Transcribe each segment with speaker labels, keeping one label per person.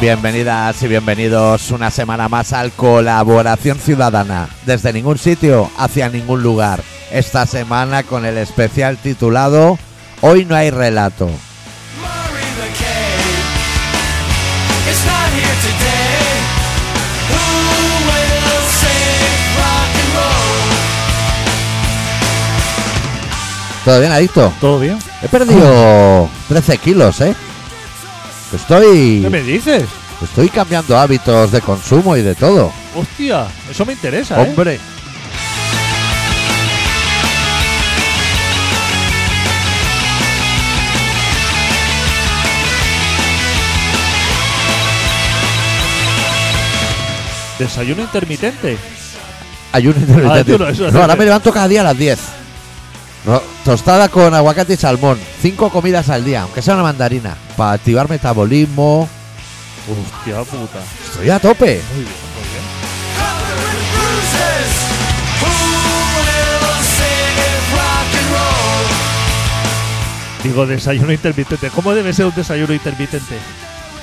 Speaker 1: Bienvenidas y bienvenidos una semana más al Colaboración Ciudadana, desde ningún sitio hacia ningún lugar. Esta semana con el especial titulado Hoy no hay relato.
Speaker 2: Murray the Cave is not here today. Who will save rock and roll?
Speaker 1: ¿Todo bien, adicto?
Speaker 3: ¿Todo bien?
Speaker 1: He perdido 13 kilos, ¿eh?
Speaker 3: ¿Qué
Speaker 1: Estoy,
Speaker 3: me dices?
Speaker 1: estoy cambiando hábitos de consumo y de todo.
Speaker 3: Hostia, eso me interesa, ¿eh?
Speaker 1: Hombre.
Speaker 3: Desayuno intermitente.
Speaker 1: Ayuno intermitente.
Speaker 3: Ah, Ayuno, eso,
Speaker 1: no, ahora
Speaker 3: sí.
Speaker 1: me levanto cada día a las 10. No, tostada con aguacate y salmón. Cinco comidas al día, aunque sea una mandarina. Para activar metabolismo.
Speaker 3: Hostia puta.
Speaker 1: Estoy a tope.
Speaker 3: Muy bien, muy bien.
Speaker 2: Covered with bruises. Who will save rock and roll?
Speaker 3: Digo, desayuno intermitente. ¿Cómo debe ser un desayuno intermitente?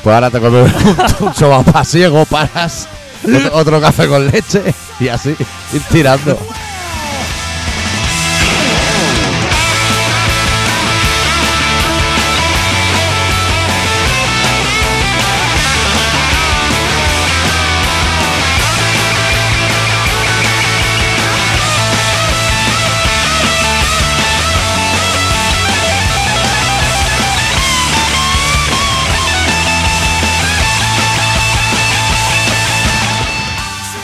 Speaker 1: Pues ahora te comes un, un sopapasiego, paras. ot- Otro café con leche. Y así, ir tirando.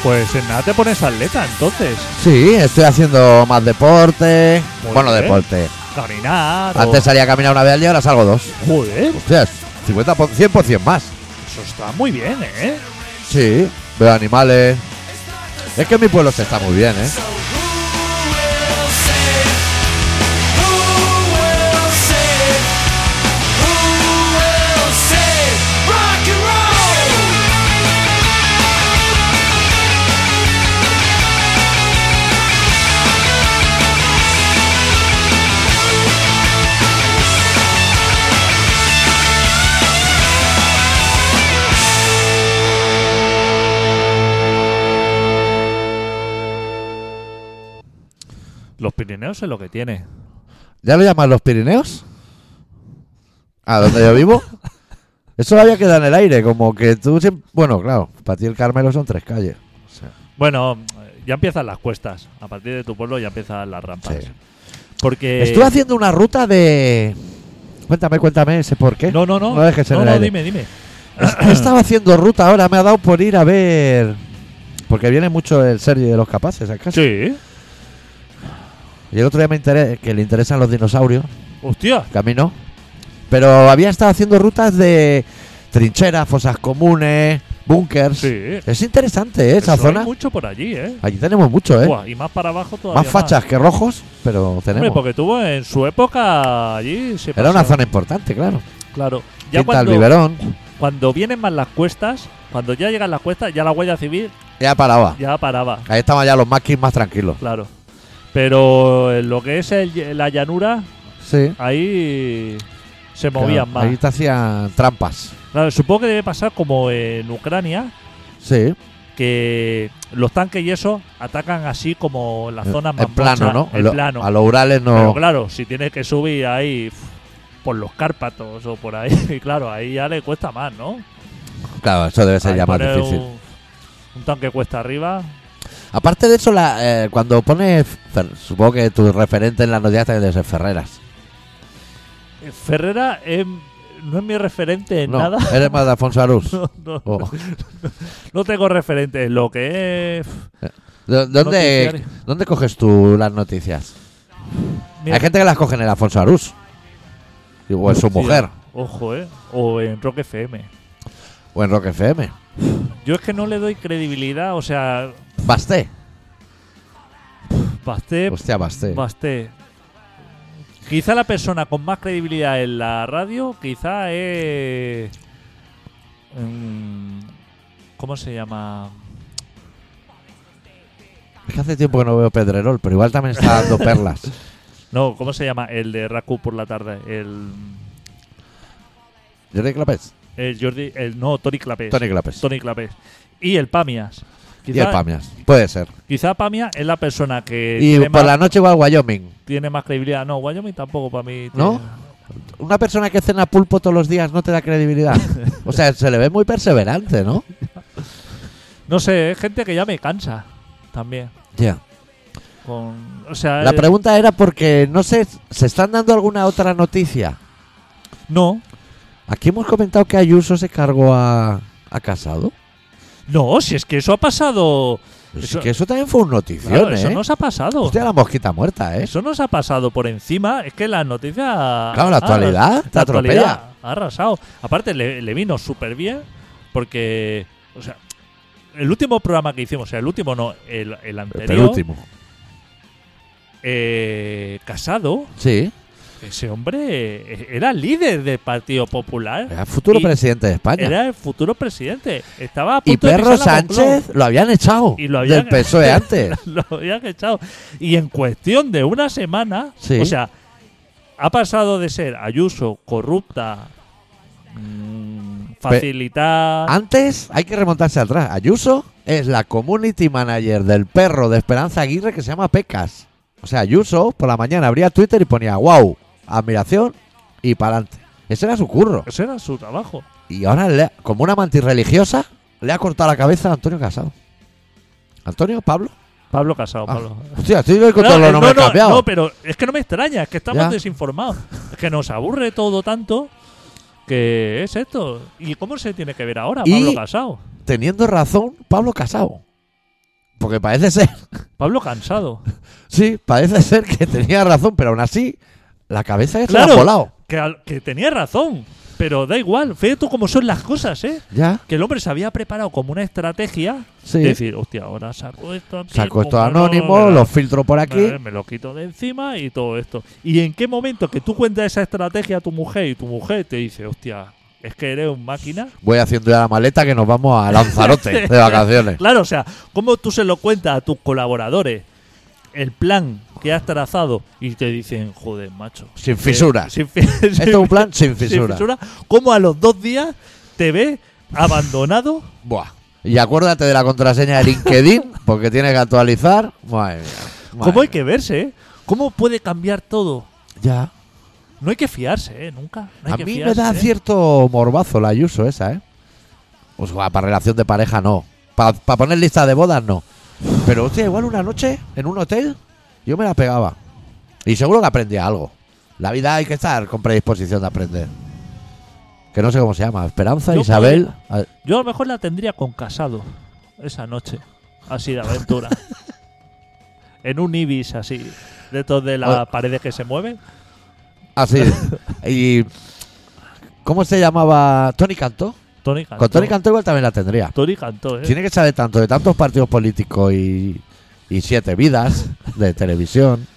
Speaker 3: Pues en nada te pones atleta, entonces.
Speaker 1: Sí, estoy haciendo más deporte.
Speaker 3: Muy
Speaker 1: bueno,
Speaker 3: bien.
Speaker 1: deporte.
Speaker 3: Caminar. o-
Speaker 1: Antes salía a caminar una vez al día, ahora salgo dos.
Speaker 3: Joder, pues
Speaker 1: Hostias, 50 por- 100% más.
Speaker 3: eso está muy bien, ¿eh?
Speaker 1: Sí, veo animales. Es que en mi pueblo se está muy bien, ¿eh?
Speaker 2: So who will save? Who will save? Who will save rock and roll?
Speaker 3: Los Pirineos es lo que tiene.
Speaker 1: ¿Ya lo llaman los Pirineos? ¿A donde yo vivo? Eso había quedado en el aire, como que tú siempre... Bueno, claro, para ti el Carmelo son tres calles. O sea,
Speaker 3: Bueno, ya empiezan las cuestas. A partir de tu pueblo ya empiezan las rampas.
Speaker 1: Sí.
Speaker 3: Porque.
Speaker 1: Estuve haciendo una ruta de... Cuéntame, cuéntame ese por qué.
Speaker 3: No, no, no.
Speaker 1: No dejes en
Speaker 3: no,
Speaker 1: el
Speaker 3: no,
Speaker 1: aire.
Speaker 3: dime, dime.
Speaker 1: Est- Estaba haciendo ruta ahora, me ha dado por ir a ver... Porque viene mucho el Sergio de los Capaces, ¿acaso?
Speaker 3: Sí.
Speaker 1: Y el otro día me enteré que le interesan los dinosaurios.
Speaker 3: Hostia.
Speaker 1: camino. Pero había estado haciendo rutas de trincheras, fosas comunes, búnkers.
Speaker 3: Sí.
Speaker 1: Es interesante ¿eh? esa
Speaker 3: Eso
Speaker 1: zona.
Speaker 3: Hay mucho por allí, ¿eh?
Speaker 1: Allí tenemos mucho, ¿eh?
Speaker 3: Buah, y más para abajo todavía.
Speaker 1: más fachas que rojos, pero tenemos.
Speaker 3: Hombre, porque tuvo en su época allí. se
Speaker 1: Era una
Speaker 3: pasó.
Speaker 1: zona importante, claro.
Speaker 3: Claro.
Speaker 1: Quinta
Speaker 3: Ya
Speaker 1: al
Speaker 3: cuando,
Speaker 1: biberón.
Speaker 3: cuando vienen más las cuestas, cuando ya llegan las cuestas, ya la Guardia Civil
Speaker 1: Ya paraba.
Speaker 3: ya paraba.
Speaker 1: Ahí estaban ya los maquis más tranquilos.
Speaker 3: Claro. Pero en lo que es el- la llanura,
Speaker 1: Sí.
Speaker 3: ahí se movían
Speaker 1: claro. Ahí
Speaker 3: más.
Speaker 1: te hacían trampas.
Speaker 3: Claro, supongo que debe pasar como en Ucrania,
Speaker 1: Sí.
Speaker 3: que los tanques y eso atacan así como las zonas más
Speaker 1: en plano,
Speaker 3: mochas,
Speaker 1: ¿no?
Speaker 3: En
Speaker 1: Lo-
Speaker 3: plano.
Speaker 1: A los Urales
Speaker 3: Pero
Speaker 1: no.
Speaker 3: claro, si tienes que subir ahí f- por los Cárpatos o por ahí, claro, ahí ya le cuesta más, ¿no?
Speaker 1: Claro, eso debe ser
Speaker 3: Ahí
Speaker 1: ya más
Speaker 3: poner
Speaker 1: difícil.
Speaker 3: Un, un tanque cuesta arriba.
Speaker 1: Aparte de eso, la, eh, cuando pones. Fer- supongo que tu referente en las noticias debe ser Ferreras.
Speaker 3: Eh, Ferrera eh, no es mi referente en
Speaker 1: no,
Speaker 3: nada.
Speaker 1: Eres más de Alfonso Arús.
Speaker 3: No, no,
Speaker 1: Oh.
Speaker 3: no tengo referente en lo que es.
Speaker 1: ¿De- ¿Dónde,
Speaker 3: Noticiario.
Speaker 1: ¿Dónde coges tú las noticias?
Speaker 3: Mira,
Speaker 1: Hay gente que las coge en el Alfonso Arús. Y- O en su
Speaker 3: hostia,
Speaker 1: mujer.
Speaker 3: Ojo, ¿eh? O en Rock FM.
Speaker 1: O en Rock FM.
Speaker 3: Yo es que no le doy credibilidad, o sea,
Speaker 1: Basté.
Speaker 3: Basté,
Speaker 1: Hostia, Basté.
Speaker 3: Basté. Quizá la persona con más credibilidad en la radio, quizá es. mm, ¿Cómo se llama?
Speaker 1: Es que hace tiempo que no veo Pedrerol, pero igual también está dando perlas.
Speaker 3: No, ¿cómo se llama? El de Raku por la tarde. El.
Speaker 1: Jordi Clapés.
Speaker 3: El Jordi, el, no, Tony Clapés.
Speaker 1: Tony Clapés.
Speaker 3: Tony Clapés. Y el Pamias.
Speaker 1: Y el Pamias. Puede ser.
Speaker 3: Quizá Pamia es la persona que
Speaker 1: Y
Speaker 3: tiene,
Speaker 1: por
Speaker 3: más,
Speaker 1: la noche va a Wyoming.
Speaker 3: tiene más credibilidad. No, Wyoming tampoco para mí. tiene-
Speaker 1: ¿No? Una persona que cena pulpo todos los días no te da credibilidad. O sea, se le ve muy perseverante, ¿no?
Speaker 3: No sé, es gente que ya me cansa también.
Speaker 1: Ya.
Speaker 3: Con, o sea,
Speaker 1: La
Speaker 3: eh,
Speaker 1: pregunta era porque, no sé, ¿se están dando alguna otra noticia?
Speaker 3: no,
Speaker 1: Aquí hemos comentado que Ayuso se cargó a, a Casado.
Speaker 3: no, si es que eso ha pasado.
Speaker 1: Pues
Speaker 3: Eso-
Speaker 1: que eso también fue un notición,
Speaker 3: Claro, eso
Speaker 1: ¿eh?
Speaker 3: nos ha pasado.
Speaker 1: Hostia, la mosquita muerta, ¿eh?
Speaker 3: Eso nos ha pasado por encima. Es que las noticias.
Speaker 1: Claro, la actualidad te
Speaker 3: Ah,
Speaker 1: atropella.
Speaker 3: La actualidad ha arrasado. Aparte, le, le vino súper bien porque. O sea, el último programa que hicimos, o sea, el último no, el, el anterior. eh, casado,
Speaker 1: Sí,
Speaker 3: ese hombre eh, era líder del Partido Popular.
Speaker 1: era futuro
Speaker 3: Y-
Speaker 1: presidente de España.
Speaker 3: Era el futuro presidente. Estaba a
Speaker 1: y
Speaker 3: punto de
Speaker 1: Perro
Speaker 3: pisar la Moncloa.
Speaker 1: Sánchez lo habían echado
Speaker 3: Y lo habían-
Speaker 1: del PSOE antes.
Speaker 3: lo habían echado. Y en cuestión de una semana,
Speaker 1: Sí.
Speaker 3: o sea, ha pasado de ser Ayuso corrupta, mm,
Speaker 1: Ah.
Speaker 3: facilitar.
Speaker 1: Antes hay que remontarse atrás. Ayuso es la community manager del perro de Esperanza Aguirre que se llama Pecas. O sea, Ayuso por la mañana abría Twitter y ponía wow, admiración y para adelante. Ese era su curro.
Speaker 3: Ese pues era su trabajo.
Speaker 1: Y ahora, le ha- como una mantis religiosa, le ha cortado la cabeza a Antonio Casado. ¿Antonio? ¿Pablo?
Speaker 3: Pablo Casado,
Speaker 1: Ah,
Speaker 3: Pablo.
Speaker 1: Hostia, estoy con
Speaker 3: Claro,
Speaker 1: todos los
Speaker 3: no, eh,
Speaker 1: nombres
Speaker 3: no,
Speaker 1: cambiados.
Speaker 3: no, pero es que no me extraña, es que estamos
Speaker 1: Ya.
Speaker 3: desinformados. Es que nos aburre todo tanto que es esto. ¿Y cómo se tiene que ver ahora
Speaker 1: Y-
Speaker 3: Pablo Casado?
Speaker 1: Teniendo razón, Pablo Casado. Porque parece ser,
Speaker 3: Pablo cansado.
Speaker 1: sí, parece ser que tenía razón, pero aún así, la cabeza es la ha
Speaker 3: Claro.
Speaker 1: volado.
Speaker 3: Que, al- que tenía razón, pero da igual. Fíjate tú cómo son las cosas, ¿eh?
Speaker 1: Ya,
Speaker 3: que el hombre se había preparado como una estrategia
Speaker 1: sí.
Speaker 3: de decir, hostia, ahora saco esto aquí,
Speaker 1: Saco esto
Speaker 3: como no,
Speaker 1: anónimo,
Speaker 3: me la-
Speaker 1: lo filtro por aquí.
Speaker 3: me- Me lo quito de encima y todo esto. ¿Y en qué momento que tú cuentas esa estrategia a tu mujer y tu mujer te dice, hostia, es que eres un máquina?
Speaker 1: Voy haciendo ya la maleta que nos vamos a Lanzarote de vacaciones.
Speaker 3: Claro, o sea, ¿cómo tú se lo cuentas a tus colaboradores el plan que has trazado y te dicen, joder, macho?
Speaker 1: Sin
Speaker 3: que-
Speaker 1: fisuras.
Speaker 3: sin fi-
Speaker 1: Esto Este es un plan sin fisura.
Speaker 3: ¿Cómo a los dos días te ves abandonado?
Speaker 1: Buah. Y acuérdate de la contraseña de LinkedIn, porque tienes que actualizar. Madre mía, madre
Speaker 3: ¿Cómo hay
Speaker 1: mía.
Speaker 3: que verse? eh? ¿Cómo puede cambiar todo?
Speaker 1: Ya.
Speaker 3: No hay que fiarse, ¿eh? Nunca. No hay
Speaker 1: A
Speaker 3: que
Speaker 1: mí me
Speaker 3: fiarse,
Speaker 1: da
Speaker 3: ¿eh?
Speaker 1: cierto morbazo la Ayuso esa, ¿eh? O sea, para relación de pareja no. Para poner lista de bodas no. Pero, hostia, igual una noche en un hotel yo me la pegaba. Y seguro que aprendía algo. La vida hay que estar con predisposición de aprender. Que no sé cómo se llama. Esperanza,
Speaker 3: Yo
Speaker 1: Isabel. a-
Speaker 3: Yo a lo mejor la tendría con casado esa noche. Así de aventura. en un ibis así. De estos de las
Speaker 1: Bueno.
Speaker 3: paredes que se mueven.
Speaker 1: Así. ah, y. ¿Cómo se llamaba? ¿Tony Cantó?
Speaker 3: Tony cantó.
Speaker 1: Con Tony Cantó igual también la tendría.
Speaker 3: Tony cantó, ¿eh?
Speaker 1: Tiene que saber tanto de tantos partidos políticos y. Y siete vidas de televisión.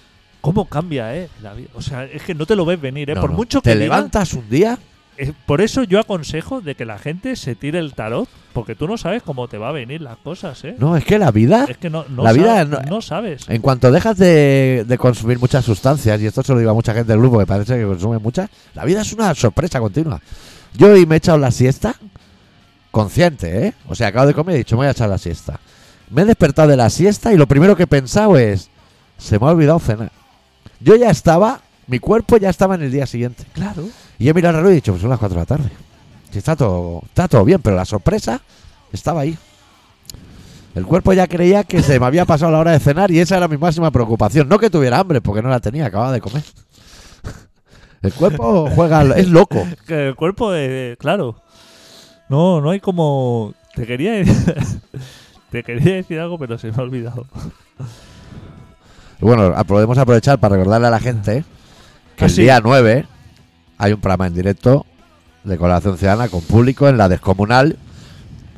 Speaker 3: ¿Cómo cambia, eh? la vida? O sea, es que no te lo ves venir, ¿eh?
Speaker 1: No,
Speaker 3: Por
Speaker 1: no.
Speaker 3: mucho que
Speaker 1: te
Speaker 3: digan,
Speaker 1: levantas un día
Speaker 3: eh, por eso yo aconsejo de que la gente se tire el tarot. Porque tú no sabes cómo te va a venir las cosas, ¿eh?
Speaker 1: no es que la vida
Speaker 3: Es que no, no
Speaker 1: La vida
Speaker 3: sabes-
Speaker 1: no- Eh,
Speaker 3: no sabes.
Speaker 1: en cuanto dejas de, de consumir muchas sustancias y esto se lo digo a mucha gente del grupo que parece que consume muchas la vida es una sorpresa continua yo hoy me he echado la siesta consciente eh o sea acabo de comer y he dicho me voy a echar la siesta me he despertado de la siesta y lo primero que he pensado es se me ha olvidado cenar yo ya estaba mi cuerpo ya estaba en el día siguiente
Speaker 3: Claro.
Speaker 1: y he mirado el reloj y he dicho pues son las 4 de la tarde Sí, está todo, está todo bien, pero la sorpresa estaba ahí. El cuerpo ya creía que se me había pasado la hora de cenar y esa era mi máxima preocupación. No que tuviera hambre, porque no la tenía, acababa de comer. El cuerpo juega, al- es loco.
Speaker 3: Que el cuerpo, eh, claro. No, no hay como. Te quería, te quería decir algo, pero se me ha olvidado.
Speaker 1: Y Bueno, a- podemos aprovechar para recordarle a la gente que
Speaker 3: Ah,
Speaker 1: el
Speaker 3: sí.
Speaker 1: día 9 hay un programa en directo de Colaboración Ciudadana con público en la Descomunal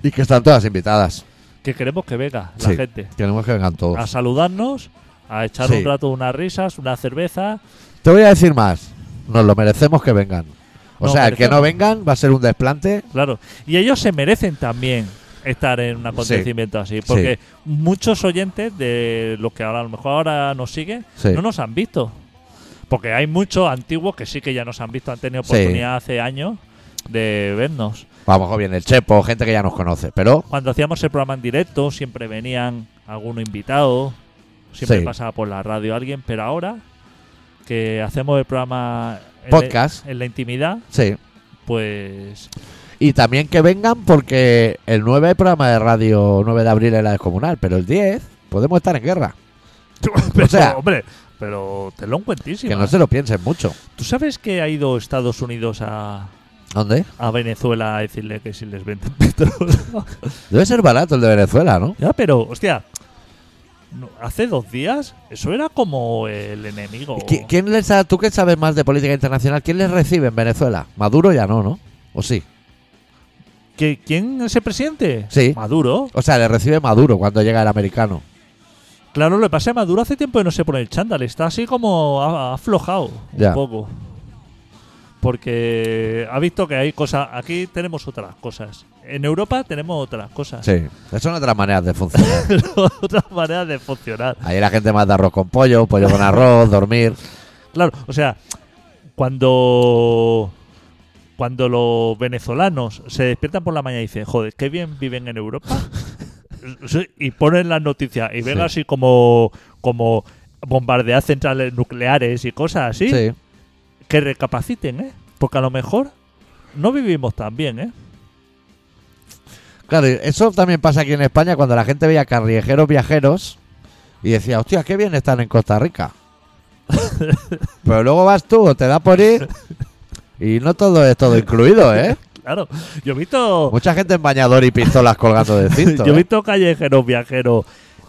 Speaker 1: y que están todas invitadas.
Speaker 3: Que queremos que venga la
Speaker 1: Sí.
Speaker 3: gente Ah,
Speaker 1: Queremos que vengan todos.
Speaker 3: a saludarnos, a echar
Speaker 1: Sí.
Speaker 3: un rato unas risas, una cerveza.
Speaker 1: Te voy a decir más. Nos lo merecemos que vengan. O
Speaker 3: Nos
Speaker 1: sea, el que
Speaker 3: merecemos.
Speaker 1: no vengan va a ser un desplante.
Speaker 3: Claro. Y ellos se merecen también estar en un acontecimiento así. Porque muchos oyentes de los que ahora, a lo mejor ahora nos siguen
Speaker 1: Sí.
Speaker 3: no nos han visto. Porque hay muchos antiguos que sí que ya nos han visto, han tenido
Speaker 1: Sí.
Speaker 3: oportunidad hace años de vernos.
Speaker 1: O a lo mejor viene el Chepo, gente que ya nos conoce. Pero
Speaker 3: Cuando hacíamos el programa en directo, siempre venían alguno invitado, siempre
Speaker 1: Sí.
Speaker 3: pasaba por la radio alguien, pero ahora que hacemos el programa en
Speaker 1: Podcast.
Speaker 3: la- en la intimidad,
Speaker 1: sí.
Speaker 3: pues
Speaker 1: Y también que vengan porque el 9 hay programa de radio 9 de abril en la descomunal, pero el 10 podemos estar en guerra.
Speaker 3: pero,
Speaker 1: sea-
Speaker 3: hombre, pero te lo cuentísimo.
Speaker 1: que no se lo piensen mucho.
Speaker 3: ¿Tú sabes que ha ido Estados Unidos a,
Speaker 1: ¿Dónde?
Speaker 3: a Venezuela a decirle que si les venden petróleo?
Speaker 1: Debe ser barato el de Venezuela, ¿no?
Speaker 3: ya, pero, hostia, no, hace dos días eso era como el enemigo.
Speaker 1: ¿Qui- ¿Quién les ha- tú que sabes más de política internacional, ¿quién les recibe en Venezuela? Maduro ya no, ¿no? ¿O sí?
Speaker 3: ¿Que- ¿Quién es el presidente?
Speaker 1: Sí.
Speaker 3: Maduro.
Speaker 1: O sea, le recibe Maduro cuando llega el americano.
Speaker 3: Claro, lo que pasa es que Maduro hace tiempo que no se pone el chándal. Está así como ha- ha aflojado
Speaker 1: Ya.
Speaker 3: un poco. Porque ha visto que hay cosas. Aquí tenemos otras cosas. En Europa tenemos otras cosas.
Speaker 1: Sí. Esas son otras maneras de funcionar.
Speaker 3: otras maneras de funcionar.
Speaker 1: Ahí la gente manda arroz con pollo, pollo con arroz, dormir.
Speaker 3: Claro, o sea, cuando cuando los venezolanos se despiertan por la mañana y dicen, joder, qué bien viven en Europa, Sí, y ponen las noticias y ven
Speaker 1: Sí.
Speaker 3: así como, como bombardear centrales nucleares y cosas así,
Speaker 1: Sí.
Speaker 3: que recapaciten, ¿eh? Porque a lo mejor no vivimos tan bien, ¿eh?
Speaker 1: Claro, y eso también pasa aquí en España cuando la gente veía carriejeros viajeros y decía, hostia, qué bien están en Costa Rica. Pero luego vas tú, o te da por ir y no todo es todo incluido, ¿eh?
Speaker 3: Claro, yo he visto,
Speaker 1: Mucha gente en bañador y pistolas colgando de cinto.
Speaker 3: Oh. yo he
Speaker 1: ¿eh?
Speaker 3: visto callejeros viajeros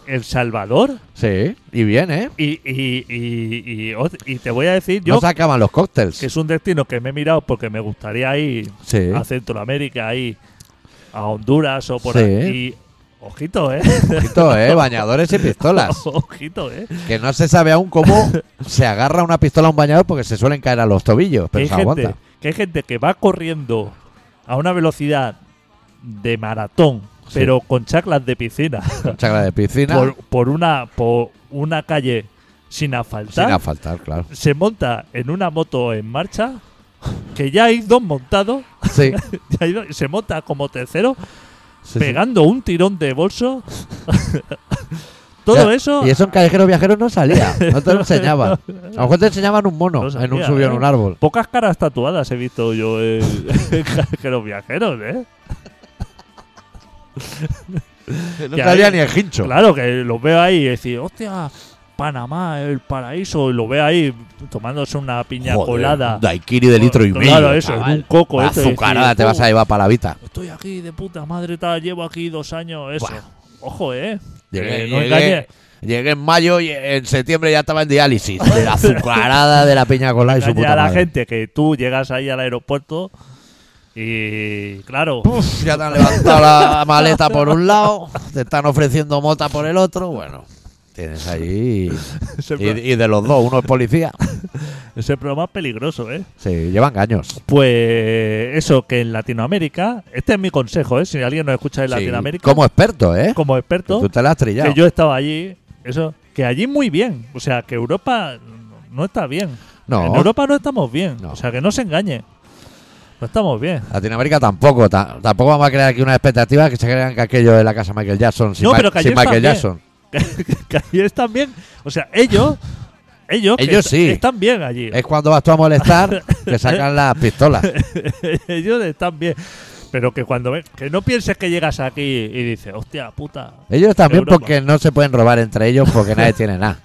Speaker 3: El Salvador
Speaker 1: Sí, y bien, ¿eh?
Speaker 3: y, y, y, y- y te voy a decir yo
Speaker 1: No sacaban los cócteles.
Speaker 3: que es un destino que me he mirado porque me gustaría ir
Speaker 1: Sí.
Speaker 3: a Centroamérica, ahí a Honduras o por
Speaker 1: Sí.
Speaker 3: ahí. Ojito, ¿eh?
Speaker 1: Ojito, ¿eh? Bañadores y pistolas.
Speaker 3: Ojito, ¿eh?
Speaker 1: Que no se sabe aún cómo se agarra una pistola a un bañador porque se suelen caer a los tobillos,
Speaker 3: Que
Speaker 1: pero
Speaker 3: hay,
Speaker 1: se
Speaker 3: gente,
Speaker 1: aguanta.
Speaker 3: que hay gente que va corriendo a una velocidad de maratón,
Speaker 1: Sí.
Speaker 3: pero con chaclas de piscina,
Speaker 1: Con chacra de piscina.
Speaker 3: por, por una, por una calle sin
Speaker 1: Sin
Speaker 3: asfaltar,
Speaker 1: asfaltar, claro.
Speaker 3: se monta en una moto en marcha, que ya hay dos montados,
Speaker 1: Sí.
Speaker 3: ya hay dos- se monta como tercero,
Speaker 1: sí, sí.
Speaker 3: pegando un tirón de bolso. Todo
Speaker 1: Ya,
Speaker 3: eso.
Speaker 1: Y eso en Callejeros Viajeros no salía. No te lo enseñaban. A lo mejor te enseñaban un mono
Speaker 3: No
Speaker 1: en un
Speaker 3: salía,
Speaker 1: subido en
Speaker 3: ¿eh?
Speaker 1: un árbol.
Speaker 3: Pocas caras tatuadas he visto yo en, en Callejeros Viajeros, ¿eh?
Speaker 1: No
Speaker 3: Que
Speaker 1: salía
Speaker 3: ahí-
Speaker 1: ni el hincho.
Speaker 3: Claro, que los veo ahí y decir, hostia, Panamá, el paraíso. Y lo veo ahí tomándose una piña
Speaker 1: Joder,
Speaker 3: colada.
Speaker 1: un Daiquiri de litro y
Speaker 3: Claro,
Speaker 1: medio.
Speaker 3: eso,
Speaker 1: chaval.
Speaker 3: un coco,
Speaker 1: Una
Speaker 3: eso, y
Speaker 1: Azucarada
Speaker 3: decir,
Speaker 1: te vas
Speaker 3: "Oh".
Speaker 1: a llevar para la vita.
Speaker 3: Estoy aquí de puta madre, tal, llevo aquí dos años, eso.
Speaker 1: Buah.
Speaker 3: Ojo, ¿eh?
Speaker 1: Llegué,
Speaker 3: Eh, no
Speaker 1: llegué,
Speaker 3: engañes.
Speaker 1: llegué en mayo y en septiembre ya estaba en diálisis. De la azucarada de la piña colada y su
Speaker 3: Engaña
Speaker 1: puta
Speaker 3: a la
Speaker 1: madre.
Speaker 3: gente que tú llegas ahí al aeropuerto y, claro,
Speaker 1: Uf, ya te han levantado la maleta por un lado, te están ofreciendo mota por el otro. Bueno, tienes allí.
Speaker 3: ese
Speaker 1: Y, y de los dos, uno es policía.
Speaker 3: es el programa peligroso, ¿eh?
Speaker 1: Sí, llevan gaños.
Speaker 3: Pues eso, que en Latinoamérica, este es mi consejo, ¿eh? si alguien nos escucha de
Speaker 1: Sí,
Speaker 3: Latinoamérica,
Speaker 1: Como experto, ¿eh?
Speaker 3: como experto,
Speaker 1: Tú te la has
Speaker 3: que
Speaker 1: trillado.
Speaker 3: yo estaba allí, eso, que allí muy bien, o sea, que Europa no está bien.
Speaker 1: No.
Speaker 3: En Europa no estamos bien,
Speaker 1: No.
Speaker 3: o sea, que no se engañe, no estamos bien.
Speaker 1: Latinoamérica tampoco. ta- tampoco vamos a crear aquí unas expectativas que se crean que aquello de la casa Michael Jackson. Sin,
Speaker 3: No,
Speaker 1: Ma-
Speaker 3: pero que
Speaker 1: sin
Speaker 3: ayer
Speaker 1: Michael
Speaker 3: también.
Speaker 1: Jackson.
Speaker 3: que allí están bien, o sea, ellos, ellos, Eh. que
Speaker 1: Ellos
Speaker 3: est-
Speaker 1: sí.
Speaker 3: están bien allí,
Speaker 1: Es cuando vas tú a molestar que sacan las pistolas.
Speaker 3: ellos están bien, pero que cuando ven, que no pienses que llegas aquí y dices, hostia, puta,
Speaker 1: Ellos también
Speaker 3: Europa.
Speaker 1: porque no se pueden robar entre ellos porque nadie tiene nada.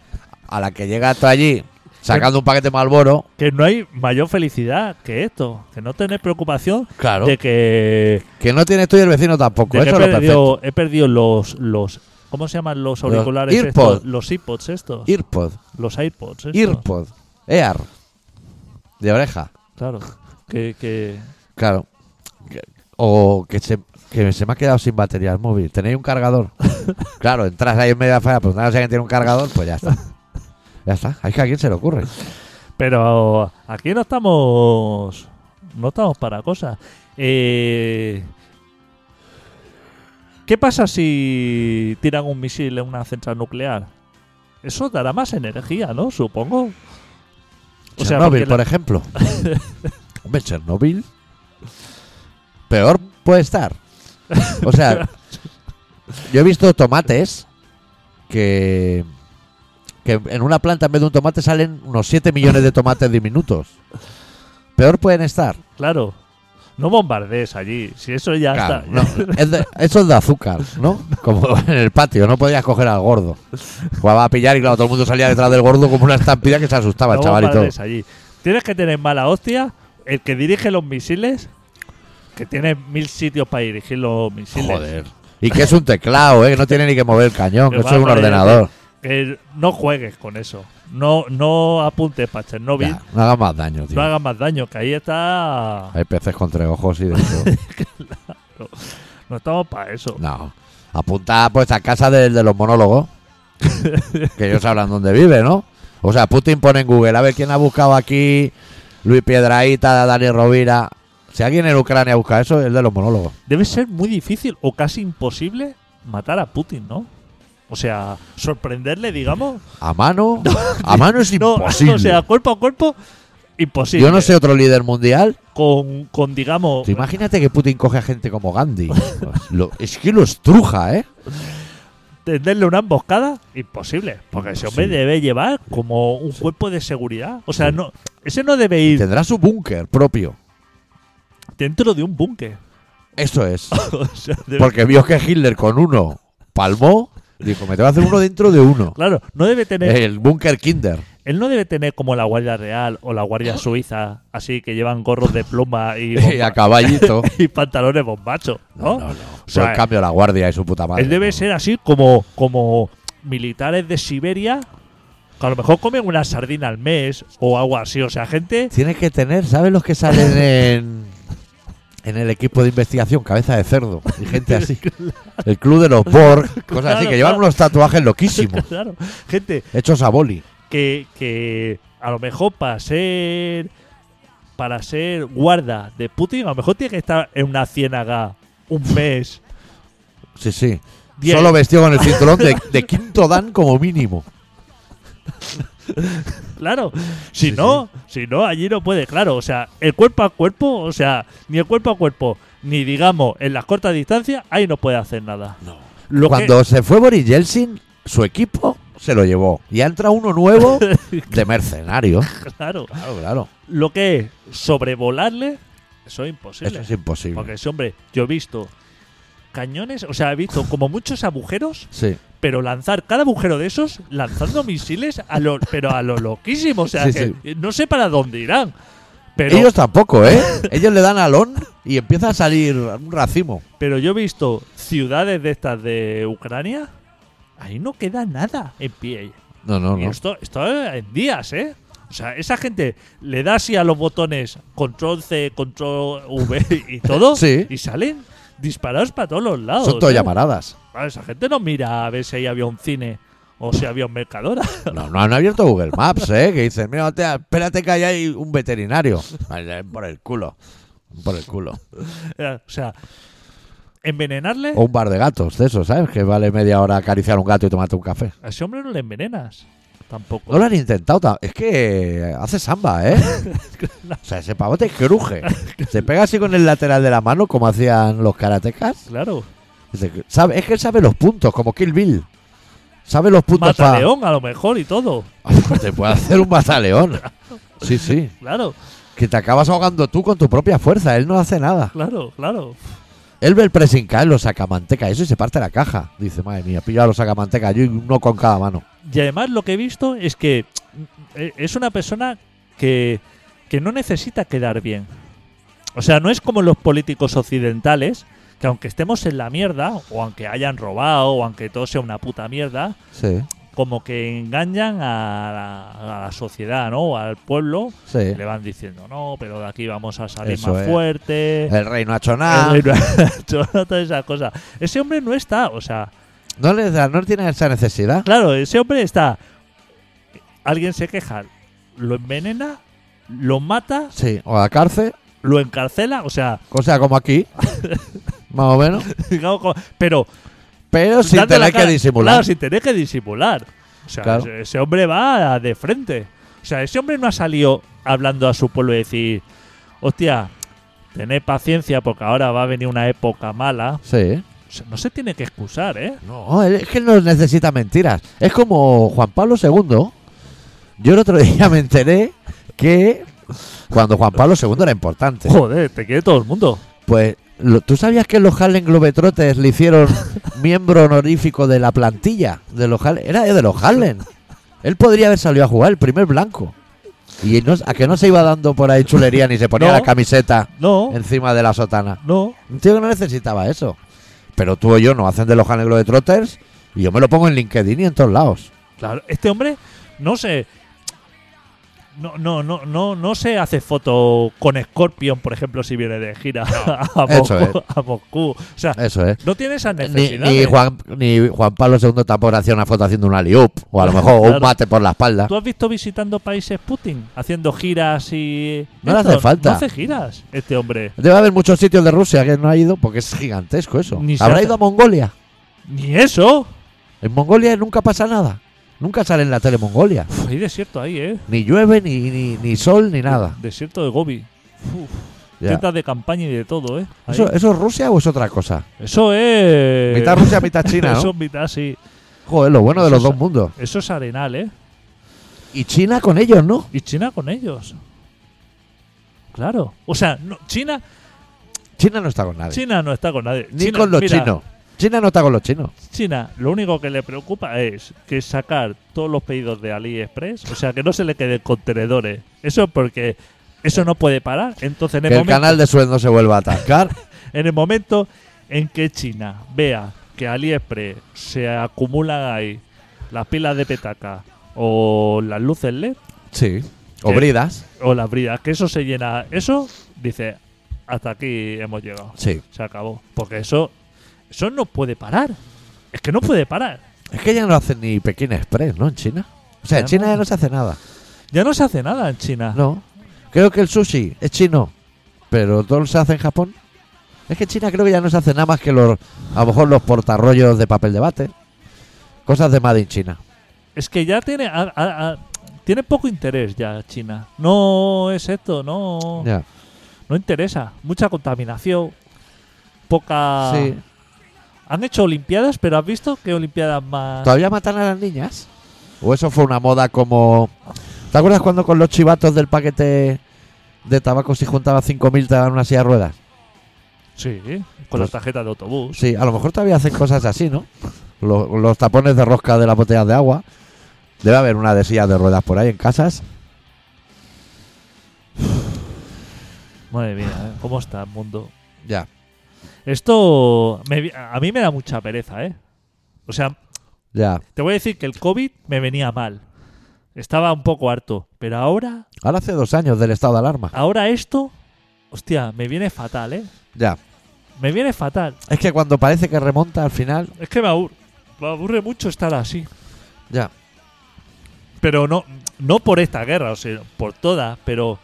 Speaker 1: A la que llega tú allí sacando un paquete malboro.
Speaker 3: que no hay mayor felicidad que esto, que no tener preocupación
Speaker 1: Claro.
Speaker 3: de que,
Speaker 1: Que no tienes tú y el vecino
Speaker 3: de
Speaker 1: tampoco.
Speaker 3: que
Speaker 1: Eso
Speaker 3: he,
Speaker 1: es lo perfecto.
Speaker 3: perdido, he perdido los los ¿cómo se llaman los auriculares
Speaker 1: Los
Speaker 3: estos?
Speaker 1: Earpods.
Speaker 3: Los iPods estos,
Speaker 1: Irpod.
Speaker 3: los iPods estos.
Speaker 1: Irpod. Ear. De oreja.
Speaker 3: Claro. Que, que
Speaker 1: Claro. Que- O que se, que se me ha quedado sin batería el móvil. ¿Tenéis un cargador? claro, entras ahí en media falla, pues nada, si alguien tiene un cargador, pues ya está. Ya está. Es que a quién se le ocurre.
Speaker 3: pero aquí no estamos no estamos para cosas. Eh, ¿Qué pasa si tiran un misil en una central nuclear? Eso dará más energía, ¿no? Supongo. O sea,
Speaker 1: Chernobyl,
Speaker 3: porque la-
Speaker 1: por ejemplo. Hombre, Chernobyl. Peor puede estar. O sea, yo he visto tomates que, que en una planta en vez de un tomate salen unos 7 millones de tomates diminutos. Peor pueden estar.
Speaker 3: Claro. No bombardees allí. Si eso ya
Speaker 1: Claro,
Speaker 3: está.
Speaker 1: no, es de- eso es de azúcar, ¿no? Como en el patio, no podías coger al gordo. Jugaba a pillar y claro, todo el mundo salía detrás del gordo como una estampida que se asustaba el
Speaker 3: No
Speaker 1: chaval y todo.
Speaker 3: bombardees allí. Tienes que tener mala hostia. El que dirige los misiles, que tiene mil sitios para dirigir los misiles.
Speaker 1: Joder. Y que es un teclado, ¿eh? que no tiene ni que mover el cañón, que
Speaker 3: Que
Speaker 1: eso es un
Speaker 3: va a
Speaker 1: ordenador.
Speaker 3: Que no juegues con eso. No, no apuntes para Chernobyl.
Speaker 1: Ya, no haga más daño, tío. Eh.
Speaker 3: No hagas más daño, que ahí está.
Speaker 1: Hay peces con tres ojos y de todo.
Speaker 3: No estamos para eso.
Speaker 1: No. Apunta pues a casa del de los monólogos. que ellos sabrán dónde vive, ¿no? O sea, Putin pone en Google, a ver quién ha buscado aquí, Luis Piedraíta, Dani Rovira. Si alguien en Ucrania busca eso, es el de los monólogos.
Speaker 3: Debe ser muy difícil o casi imposible matar a Putin, ¿no? O sea, sorprenderle, digamos.
Speaker 1: A mano, a mano es
Speaker 3: No,
Speaker 1: imposible.
Speaker 3: o sea, cuerpo a cuerpo, imposible.
Speaker 1: Yo no sé otro líder mundial.
Speaker 3: Con, con digamos.
Speaker 1: Tú imagínate que Putin coge a gente como Gandhi. Pues, Lo- es que lo estruja, ¿eh?
Speaker 3: tenderle una emboscada, imposible. Porque ese hombre
Speaker 1: Sí.
Speaker 3: debe llevar como un cuerpo de seguridad. O sea, no, ese no debe ir
Speaker 1: Tendrá su búnker propio.
Speaker 3: dentro de un búnker.
Speaker 1: Eso es.
Speaker 3: O sea, debe-
Speaker 1: Porque vio que Hitler con uno palmó, dijo, me te voy a hacer uno dentro de uno.
Speaker 3: claro, no debe tener,
Speaker 1: El búnker Kinder.
Speaker 3: él no debe tener como la Guardia Real o la Guardia Suiza, así que llevan gorros de pluma y,
Speaker 1: Y a
Speaker 3: bomba-
Speaker 1: caballito.
Speaker 3: y pantalones bombachos, ¿no?
Speaker 1: no.
Speaker 3: O sea,
Speaker 1: Pero en cambio la guardia y su puta madre.
Speaker 3: él debe
Speaker 1: no.
Speaker 3: ser así como, como militares de Siberia que a lo mejor comen una sardina al mes o algo así. O sea, gente
Speaker 1: Tienes que tener, ¿sabes los que salen en, en el equipo de investigación? Cabeza de cerdo y gente así. El club de los Borg, cosas
Speaker 3: Claro,
Speaker 1: así, que
Speaker 3: claro.
Speaker 1: llevan unos tatuajes loquísimos,
Speaker 3: Claro, gente
Speaker 1: hechos a boli.
Speaker 3: que, que a lo mejor para ser para ser guarda de Putin, a lo mejor tiene que estar en una ciénaga un mes.
Speaker 1: Sí, sí.
Speaker 3: Bien.
Speaker 1: Solo vestido con el cinturón de, de quinto dan como mínimo.
Speaker 3: Claro, si
Speaker 1: Sí,
Speaker 3: no, si no, allí no puede, claro. O sea, el cuerpo a cuerpo, o sea, ni el cuerpo a cuerpo, ni digamos en las cortas distancias, ahí no puede hacer nada. Lo
Speaker 1: Cuando se fue Boris Yeltsin, su equipo se lo llevó. Y ha entrado uno nuevo de mercenario.
Speaker 3: que, claro,
Speaker 1: Claro, claro.
Speaker 3: lo que es sobrevolarle, eso es imposible.
Speaker 1: Eso es imposible.
Speaker 3: Porque ese hombre, yo he visto cañones, o sea, he visto como muchos agujeros
Speaker 1: Sí.
Speaker 3: pero lanzar cada agujero de esos lanzando misiles a lo pero a lo loquísimo o sea
Speaker 1: Sí,
Speaker 3: que no sé para dónde irán pero
Speaker 1: Ellos tampoco, ¿eh? Ellos le dan alón y empieza a salir un racimo.
Speaker 3: pero yo he visto ciudades de estas de Ucrania ahí no queda nada en pie
Speaker 1: No, no,
Speaker 3: Y
Speaker 1: no.
Speaker 3: esto esto en días eh o sea, esa gente le da así a los botones control C, control V y todo
Speaker 1: Sí.
Speaker 3: y salen disparados para todos los lados.
Speaker 1: Son todas
Speaker 3: ¿eh?
Speaker 1: llamaradas.
Speaker 3: Claro, Esa gente no mira a ver si ahí había un cine o si había un mercadora.
Speaker 1: No, no han abierto Google Maps, ¿eh? Que dicen, mira, te- espérate que ahí hay un veterinario. Vale, Por el culo. Por el culo.
Speaker 3: Eh, O sea, envenenarle.
Speaker 1: O un bar de gatos, de esos, ¿sabes? Que vale media hora acariciar un gato y tomarte un café.
Speaker 3: A ese hombre no le envenenas. Tampoco.
Speaker 1: No lo han intentado. ta- Es que hace samba, ¿eh? O sea, ese pavo te cruje. Se pega así con el lateral de la mano, como hacían los karatecas.
Speaker 3: Claro.
Speaker 1: Dice, sabe- Es que él sabe los puntos, como Kill Bill. Sabe los puntos
Speaker 3: Mata
Speaker 1: pa- Ah, pues
Speaker 3: león a lo mejor y todo.
Speaker 1: Te puede hacer un mataleón. Sí, sí.
Speaker 3: Claro,
Speaker 1: Que te acabas ahogando tú con tu propia fuerza. Él no hace nada.
Speaker 3: claro, claro.
Speaker 1: Él ve el pressing cae, lo saca manteca. Eso y se parte la caja. Dice, madre mía, pillo a los saca manteca. Yo y uno con cada mano.
Speaker 3: Y además lo que he visto es que eh, es una persona que, que no necesita quedar bien. O sea, no es como los políticos occidentales, que aunque estemos en la mierda, o aunque hayan robado, o aunque todo sea una puta mierda,
Speaker 1: Sí,
Speaker 3: como que engañan a la, a la sociedad, ¿no? Al pueblo.
Speaker 1: sí.
Speaker 3: Le van diciendo, no, pero de aquí vamos a salir
Speaker 1: Eso es.
Speaker 3: más
Speaker 1: Eh, ah.
Speaker 3: fuerte.
Speaker 1: El rey no ha hecho
Speaker 3: El
Speaker 1: nada.
Speaker 3: rey no ha hecho todas esas cosas. Ese hombre no está, o sea,
Speaker 1: No, le da- no tiene esa necesidad.
Speaker 3: claro, ese hombre está. Alguien se queja, lo envenena, lo mata,
Speaker 1: Sí, o a la cárcel.
Speaker 3: lo encarcela, o sea,
Speaker 1: O sea, como aquí. más o menos.
Speaker 3: digamos, como- pero.
Speaker 1: Pero sin
Speaker 3: dando la
Speaker 1: tener que
Speaker 3: cara-
Speaker 1: disimular.
Speaker 3: Claro, sin tener que disimular. O sea,
Speaker 1: Claro.
Speaker 3: ese, ese hombre va de frente. O sea, ese hombre no ha salido hablando a su pueblo y decir, hostia, Tened paciencia porque ahora va a venir una época mala.
Speaker 1: Sí.
Speaker 3: O sea, no se tiene que excusar, ¿eh?
Speaker 1: No, él es que no necesita mentiras. Es como Juan Pablo II. Yo el otro día me enteré que cuando Juan Pablo II era importante,
Speaker 3: Joder, te quiere todo el mundo.
Speaker 1: pues lo- tú sabías que los Harlem Globetrotters le hicieron miembro honorífico de la plantilla de los Harlem. Era de los Harlem. Él podría haber salido a jugar el primer blanco. Y no- a que no se iba dando por ahí chulería ni se ponía
Speaker 3: No.
Speaker 1: la camiseta
Speaker 3: No,
Speaker 1: encima de la sotana.
Speaker 3: no.
Speaker 1: Un tío que no necesitaba eso. Pero tú o yo nos hacen de los negros de Trotters y yo me lo pongo en LinkedIn y en todos lados.
Speaker 3: Claro, este hombre, no sé. No, no, no, no, no se hace foto con Scorpion, por ejemplo, si viene de gira a,
Speaker 1: eso
Speaker 3: Moscú, a Moscú. O sea,
Speaker 1: Eso es.
Speaker 3: no tiene esas
Speaker 1: Ni,
Speaker 3: necesidades.
Speaker 1: ni Juan, ni Juan Pablo II tampoco hacía una foto haciendo una liup o a lo mejor
Speaker 3: Claro.
Speaker 1: un mate por la espalda.
Speaker 3: ¿Tú has visto visitando países Putin? Haciendo giras y.
Speaker 1: No le hace
Speaker 3: Esto,
Speaker 1: falta.
Speaker 3: No hace giras, este hombre.
Speaker 1: Debe haber muchos sitios de Rusia que no ha ido porque es gigantesco eso.
Speaker 3: Ni se
Speaker 1: Habrá
Speaker 3: hace.
Speaker 1: ido a Mongolia.
Speaker 3: Ni eso.
Speaker 1: En Mongolia nunca pasa nada. Nunca sale en la tele Mongolia.
Speaker 3: Uf, hay desierto ahí, ¿eh?
Speaker 1: Ni llueve, ni, ni, ni sol, ni nada.
Speaker 3: Desierto de Gobi. Uf,
Speaker 1: Ya.
Speaker 3: tetas de campaña y de todo, ¿eh? Ahí.
Speaker 1: ¿Eso, ¿Eso es Rusia o es otra cosa?
Speaker 3: Eso es.
Speaker 1: Mitad Rusia, mitad China,
Speaker 3: Eh, Eso
Speaker 1: ¿no?
Speaker 3: es mitad, sí.
Speaker 1: Joder, lo bueno de
Speaker 3: eso
Speaker 1: los
Speaker 3: es-
Speaker 1: dos mundos.
Speaker 3: Eso es arenal, ¿eh?
Speaker 1: Y China con ellos, ¿no?
Speaker 3: Y China con ellos. Claro. O sea, no- China,
Speaker 1: China no está con nadie.
Speaker 3: China no está con nadie.
Speaker 1: Ni
Speaker 3: China,
Speaker 1: con los
Speaker 3: mira,
Speaker 1: chinos. China no está con los chinos.
Speaker 3: China, lo único que le preocupa es que sacar todos los pedidos de AliExpress, o sea, que no se le queden contenedores. Eso porque eso no puede parar. Entonces, en
Speaker 1: Que
Speaker 3: el,
Speaker 1: el
Speaker 3: momento,
Speaker 1: canal de Suez no se vuelva a atascar.
Speaker 3: en el momento en que China vea que AliExpress se acumulan ahí las pilas de petaca o las luces LED
Speaker 1: sí. O
Speaker 3: ¿Qué?
Speaker 1: bridas.
Speaker 3: o las bridas, que eso se llena, eso dice, hasta aquí hemos llegado.
Speaker 1: Sí.
Speaker 3: se acabó. Porque eso, eso no puede parar. Es que no puede parar.
Speaker 1: Es que ya no hacen ni Pekín Express, ¿no? En China. O sea, en
Speaker 3: Ya
Speaker 1: China
Speaker 3: no. Ah.
Speaker 1: ya no se hace nada.
Speaker 3: Ya no se hace nada en China.
Speaker 1: No. Creo que el sushi es chino. Pero todo se hace en Japón. Es que en China creo que ya no se hace nada más que los, a lo mejor los portarrollos de papel de bate. Cosas de Made in China.
Speaker 3: Es que ya tiene, a- a- a- tiene poco interés ya China. No es esto, no,
Speaker 1: Ya.
Speaker 3: no interesa. Mucha contaminación, poca...
Speaker 1: Sí.
Speaker 3: Han hecho olimpiadas, pero ¿has visto qué olimpiadas más...?
Speaker 1: ¿Todavía matan a las niñas? ¿O eso fue una moda como... ¿Te acuerdas cuando con los chivatos del paquete de tabaco si juntaba 5.000 te daban una silla de ruedas?
Speaker 3: Sí, con
Speaker 1: Pues-
Speaker 3: las tarjetas de autobús.
Speaker 1: Sí, a lo mejor todavía hacen cosas así, ¿no? Los, los tapones de rosca de las botellas de agua. Debe haber una de sillas de ruedas por ahí en casas.
Speaker 3: Madre mía, ¿eh? ¿cómo está el mundo?
Speaker 1: Ya.
Speaker 3: Esto me vi- a mí me da mucha pereza, ¿eh? O sea,
Speaker 1: Ya.
Speaker 3: Te voy a decir que el COVID me venía mal. Estaba un poco harto. Pero ahora,
Speaker 1: Ahora hace dos años del estado de alarma.
Speaker 3: ahora esto, hostia, me viene fatal, ¿eh?
Speaker 1: Ya.
Speaker 3: Me viene fatal.
Speaker 1: Es que cuando parece que remonta al final...
Speaker 3: Es que me aburre, me aburre mucho estar así.
Speaker 1: Ya.
Speaker 3: Pero no, no por esta guerra, o sea, por todas, pero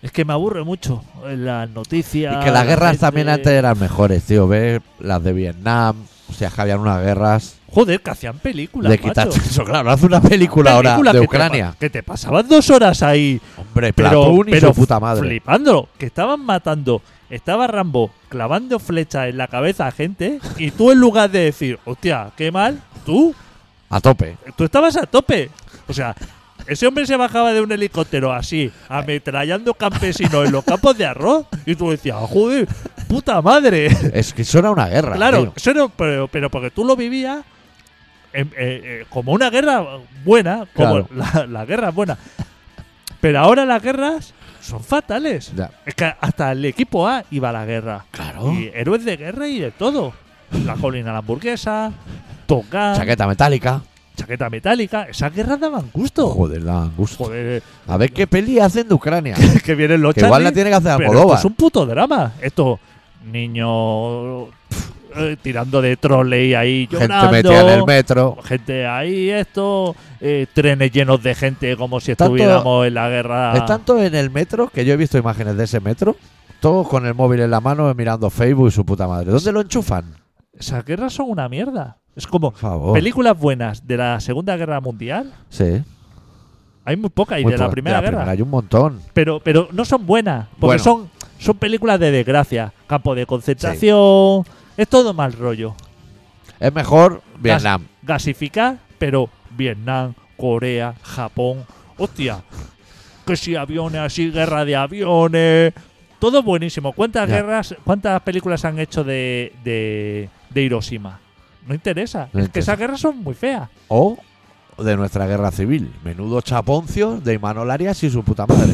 Speaker 3: es que me aburre mucho eh, las noticias.
Speaker 1: Y que las
Speaker 3: Ah, la
Speaker 1: guerras
Speaker 3: gente-
Speaker 1: también antes eran mejores, tío. Ve las de Vietnam. O sea, que habían unas guerras...
Speaker 3: Joder, que hacían películas.
Speaker 1: de
Speaker 3: macho.
Speaker 1: quitar eso, claro, hace una película ahora
Speaker 3: Películas
Speaker 1: de
Speaker 3: que te pa-
Speaker 1: Ucrania.
Speaker 3: que te pasabas dos horas ahí
Speaker 1: Hombre,
Speaker 3: pero,
Speaker 1: Platón y
Speaker 3: pero
Speaker 1: su puta madre.
Speaker 3: flipándolo, que estaban matando, estaba Rambo clavando flechas en la cabeza a gente y tú en lugar de decir, hostia, qué mal, tú,
Speaker 1: A tope.
Speaker 3: tú estabas a tope. O sea, ese hombre se bajaba de un helicóptero así, ametrallando campesinos en los campos de arroz y tú decías, "Ah, joder, puta madre.
Speaker 1: Es que suena una guerra.
Speaker 3: Claro,
Speaker 1: tío.
Speaker 3: eso no- pero, pero porque tú lo vivías en- eh, eh, como una guerra buena, como
Speaker 1: Claro.
Speaker 3: la, la guerra buena. Pero ahora las guerras son fatales.
Speaker 1: Ya.
Speaker 3: Es que hasta el equipo A iba a la guerra.
Speaker 1: Claro.
Speaker 3: Y héroes de guerra y de todo. La colina a la hamburguesa, tocar, chaqueta.
Speaker 1: Chaqueta metálica.
Speaker 3: metálica. Esas guerras daban gusto.
Speaker 1: Joder, la angustia.
Speaker 3: Joder,
Speaker 1: A ver qué peli hacen de Ucrania.
Speaker 3: que vienen los
Speaker 1: que igual la
Speaker 3: Charlie,
Speaker 1: tiene que hacer
Speaker 3: pero esto
Speaker 1: Almodóvar.
Speaker 3: es un puto drama. Esto, niño pf, eh, tirando de trolley ahí,
Speaker 1: Gente
Speaker 3: llorando.
Speaker 1: metida en el metro.
Speaker 3: gente ahí, esto, eh, trenes llenos de gente como si
Speaker 1: Tanto-
Speaker 3: estuviéramos en la guerra.
Speaker 1: Es tanto en el metro que yo he visto imágenes de ese metro. Todos con el móvil en la mano mirando Facebook y su puta madre. ¿Dónde lo enchufan?
Speaker 3: Esas guerras son una mierda. Es como
Speaker 1: Por favor.
Speaker 3: películas buenas de la Segunda Guerra Mundial.
Speaker 1: Sí.
Speaker 3: Hay muy poca y
Speaker 1: Muy
Speaker 3: de la
Speaker 1: poca.
Speaker 3: Primera Guerra.
Speaker 1: Hay un montón.
Speaker 3: Pero, pero no son buenas, porque
Speaker 1: Bueno.
Speaker 3: son, son películas de desgracia. Campo de concentración. Es todo mal rollo.
Speaker 1: Es mejor Vietnam.
Speaker 3: Gasificar, pero Vietnam, Corea, Japón. Hostia. Que si aviones así, guerra de aviones. Todo buenísimo. ¿Cuántas
Speaker 1: Ya.
Speaker 3: guerras, cuántas películas han hecho de, de, de Hiroshima? No interesa.
Speaker 1: No
Speaker 3: es que
Speaker 1: interesa.
Speaker 3: esas guerras son muy feas.
Speaker 1: O de nuestra guerra civil. Menudo chaponcio de Imanol Arias y su puta madre.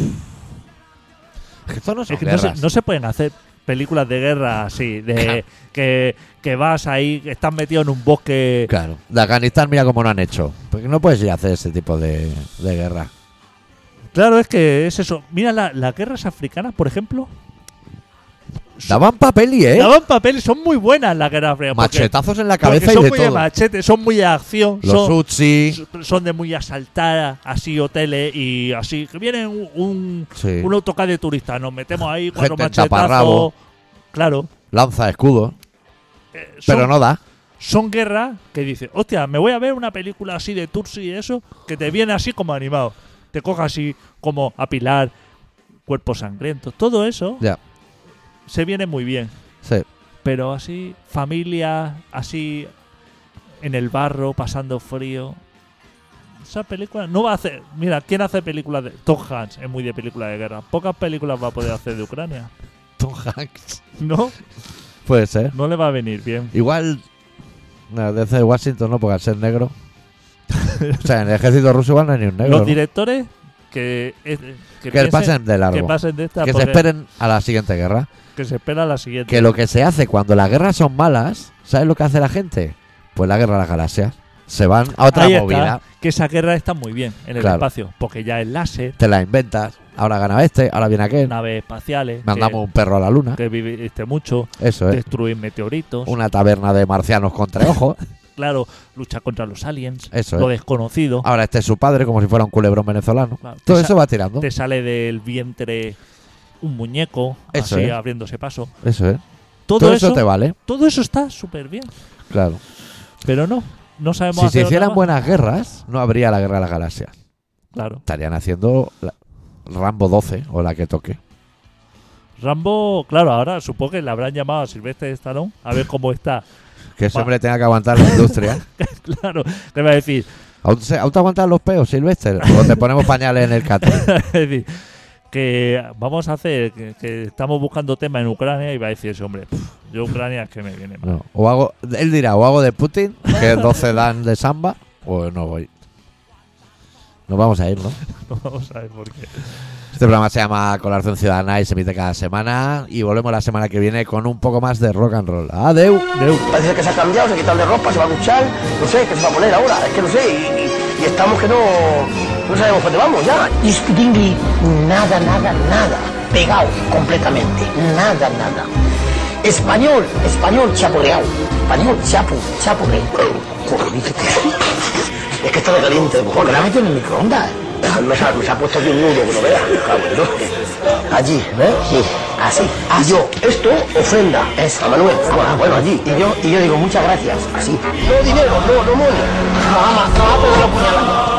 Speaker 1: Es que esto no son
Speaker 3: Es que no, se,
Speaker 1: guerras.
Speaker 3: no se pueden hacer películas de guerra así, de que, que vas ahí, que estás metido en un bosque.
Speaker 1: Claro. De Afganistán, mira cómo lo han hecho. Porque no puedes ir a hacer ese tipo de, de guerra.
Speaker 3: Claro, es que es eso. Mira, la- las guerras africanas, por ejemplo,
Speaker 1: Daban papel y, ¿eh?
Speaker 3: daban papel, son muy buenas las guerras africanas. porque-
Speaker 1: Machetazos en la
Speaker 3: porque
Speaker 1: cabeza y
Speaker 3: son
Speaker 1: de
Speaker 3: muy de
Speaker 1: todo.
Speaker 3: machete, son muy de acción,
Speaker 1: Los
Speaker 3: son,
Speaker 1: Utsi.
Speaker 3: son de muy asaltar así hoteles y así. Que viene un, un,
Speaker 1: Sí.
Speaker 3: un autocar de turistas, nos metemos ahí cuatro
Speaker 1: Gente en
Speaker 3: machetazos.
Speaker 1: taparrabo.
Speaker 3: Claro.
Speaker 1: Lanza escudos.
Speaker 3: eh, son-
Speaker 1: Pero no da.
Speaker 3: son guerras que dices, hostia, me voy a ver una película así de Tursi y eso, que te viene así como animado. Te coja así como a pilar, cuerpos sangrientos, todo eso
Speaker 1: Ya.
Speaker 3: se viene muy bien.
Speaker 1: Sí.
Speaker 3: Pero así, familia, así en el barro, pasando frío. Esa película no va a hacer. Mira, ¿quién hace películas de.? Tom Hanks es muy de película de guerra. Pocas películas va a poder hacer de Ucrania.
Speaker 1: Tom Hanks.
Speaker 3: No,
Speaker 1: Puede ser.
Speaker 3: no le va a venir bien.
Speaker 1: Igual. No, desde Washington no, porque al ser negro. o sea, en el ejército ruso igual no hay ni un negro.
Speaker 3: Los
Speaker 1: ¿no?
Speaker 3: directores que. es-
Speaker 1: Que
Speaker 3: que piensen-
Speaker 1: pasen de largo.
Speaker 3: que pasen de esta
Speaker 1: que se
Speaker 3: porque-
Speaker 1: esperen a la siguiente guerra.
Speaker 3: que se espera la siguiente
Speaker 1: Que lo que se hace cuando las guerras son malas, ¿sabes lo que hace la gente? Pues la guerra de las galaxias. Se van a otra
Speaker 3: Ahí está,
Speaker 1: movida.
Speaker 3: que esa guerra está muy bien en el
Speaker 1: Claro.
Speaker 3: espacio porque ya el láser
Speaker 1: Te la inventas. Ahora gana este, ahora viene aquel.
Speaker 3: naves espaciales
Speaker 1: Mandamos un perro a la luna.
Speaker 3: que, que viviste mucho
Speaker 1: Eso es.
Speaker 3: destruir meteoritos
Speaker 1: Una taberna de marcianos con tres ojos.
Speaker 3: claro luchar contra los aliens
Speaker 1: Eso
Speaker 3: lo
Speaker 1: es.
Speaker 3: desconocido
Speaker 1: Ahora este es su padre, como si fuera un culebrón venezolano.
Speaker 3: Claro, te
Speaker 1: Todo
Speaker 3: sa-
Speaker 1: eso va tirando.
Speaker 3: te sale del vientre un muñeco
Speaker 1: Eso
Speaker 3: así
Speaker 1: es.
Speaker 3: abriéndose paso
Speaker 1: Eso es.
Speaker 3: todo,
Speaker 1: Todo
Speaker 3: eso,
Speaker 1: eso te vale.
Speaker 3: todo eso está súper bien
Speaker 1: Claro.
Speaker 3: pero no no sabemos
Speaker 1: Si
Speaker 3: hacer
Speaker 1: se
Speaker 3: otra
Speaker 1: hicieran
Speaker 3: más.
Speaker 1: buenas guerras, no habría la guerra de las galaxias.
Speaker 3: claro
Speaker 1: Estarían haciendo la- Rambo 12 o la que toque.
Speaker 3: Rambo claro ahora supongo que le habrán llamado a Silvestre Stallone a ver cómo está
Speaker 1: Que
Speaker 3: Va.
Speaker 1: siempre tenga que aguantar la industria.
Speaker 3: claro le va a decir
Speaker 1: ¿Aún, se- aún te aguantan los peos, Silvester? ¿O te ponemos pañales en el catre?
Speaker 3: Es decir, que vamos a hacer, que, que estamos buscando tema en Ucrania y va a decir ese hombre, "Pf, yo Ucrania es que me viene mal.
Speaker 1: No. O hago, él dirá, o hago de Putin, que 12 dan de samba, o no voy. Nos vamos a ir, ¿no?
Speaker 3: No vamos a ver por qué.
Speaker 1: Este programa se llama Colación Ciudadana y se emite cada semana. Y volvemos la semana que viene con un poco más de rock and roll. ¡Adeu!
Speaker 3: Deu.
Speaker 4: Parece que se ha cambiado, se ha quitado de ropa, se va a duchar, no sé, qué se va a poner ahora, es que no sé, y, y- y estamos que no, no sabemos dónde vamos ya. Y speak English, nada, nada, nada, pegado completamente, nada, nada. Español, español chapurreado, español chapu, chapurre. Es que está de caliente, mejor Pues grábate en el microondas. Me se, ha- me se ha puesto aquí un nudo que lo vea. me cago en Dios. Allí, ¿ves? Sí. Así. Y yo, esto, ofrenda. Es a Manuel. Ah, bueno, allí. Y yo, y yo digo, muchas gracias. Así. No dinero, no, no money. No, ama, no, ama, pero no puñalada.